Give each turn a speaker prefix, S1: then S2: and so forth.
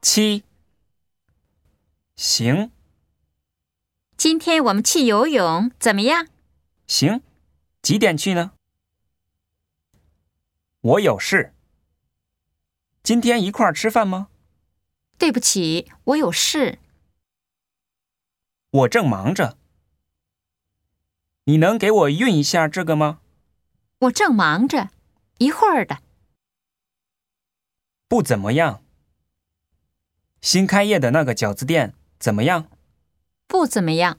S1: 七，行
S2: 今天我们去游泳怎么样？
S1: 行，几点去呢？我有事。今天一块儿吃饭吗？
S2: 对不起，我有事。
S1: 我正忙着。你能给我运一下这个吗？
S2: 我正忙着，一会儿的。
S1: 不怎么样。新开业的那个饺子店怎么样？
S2: 不怎么样，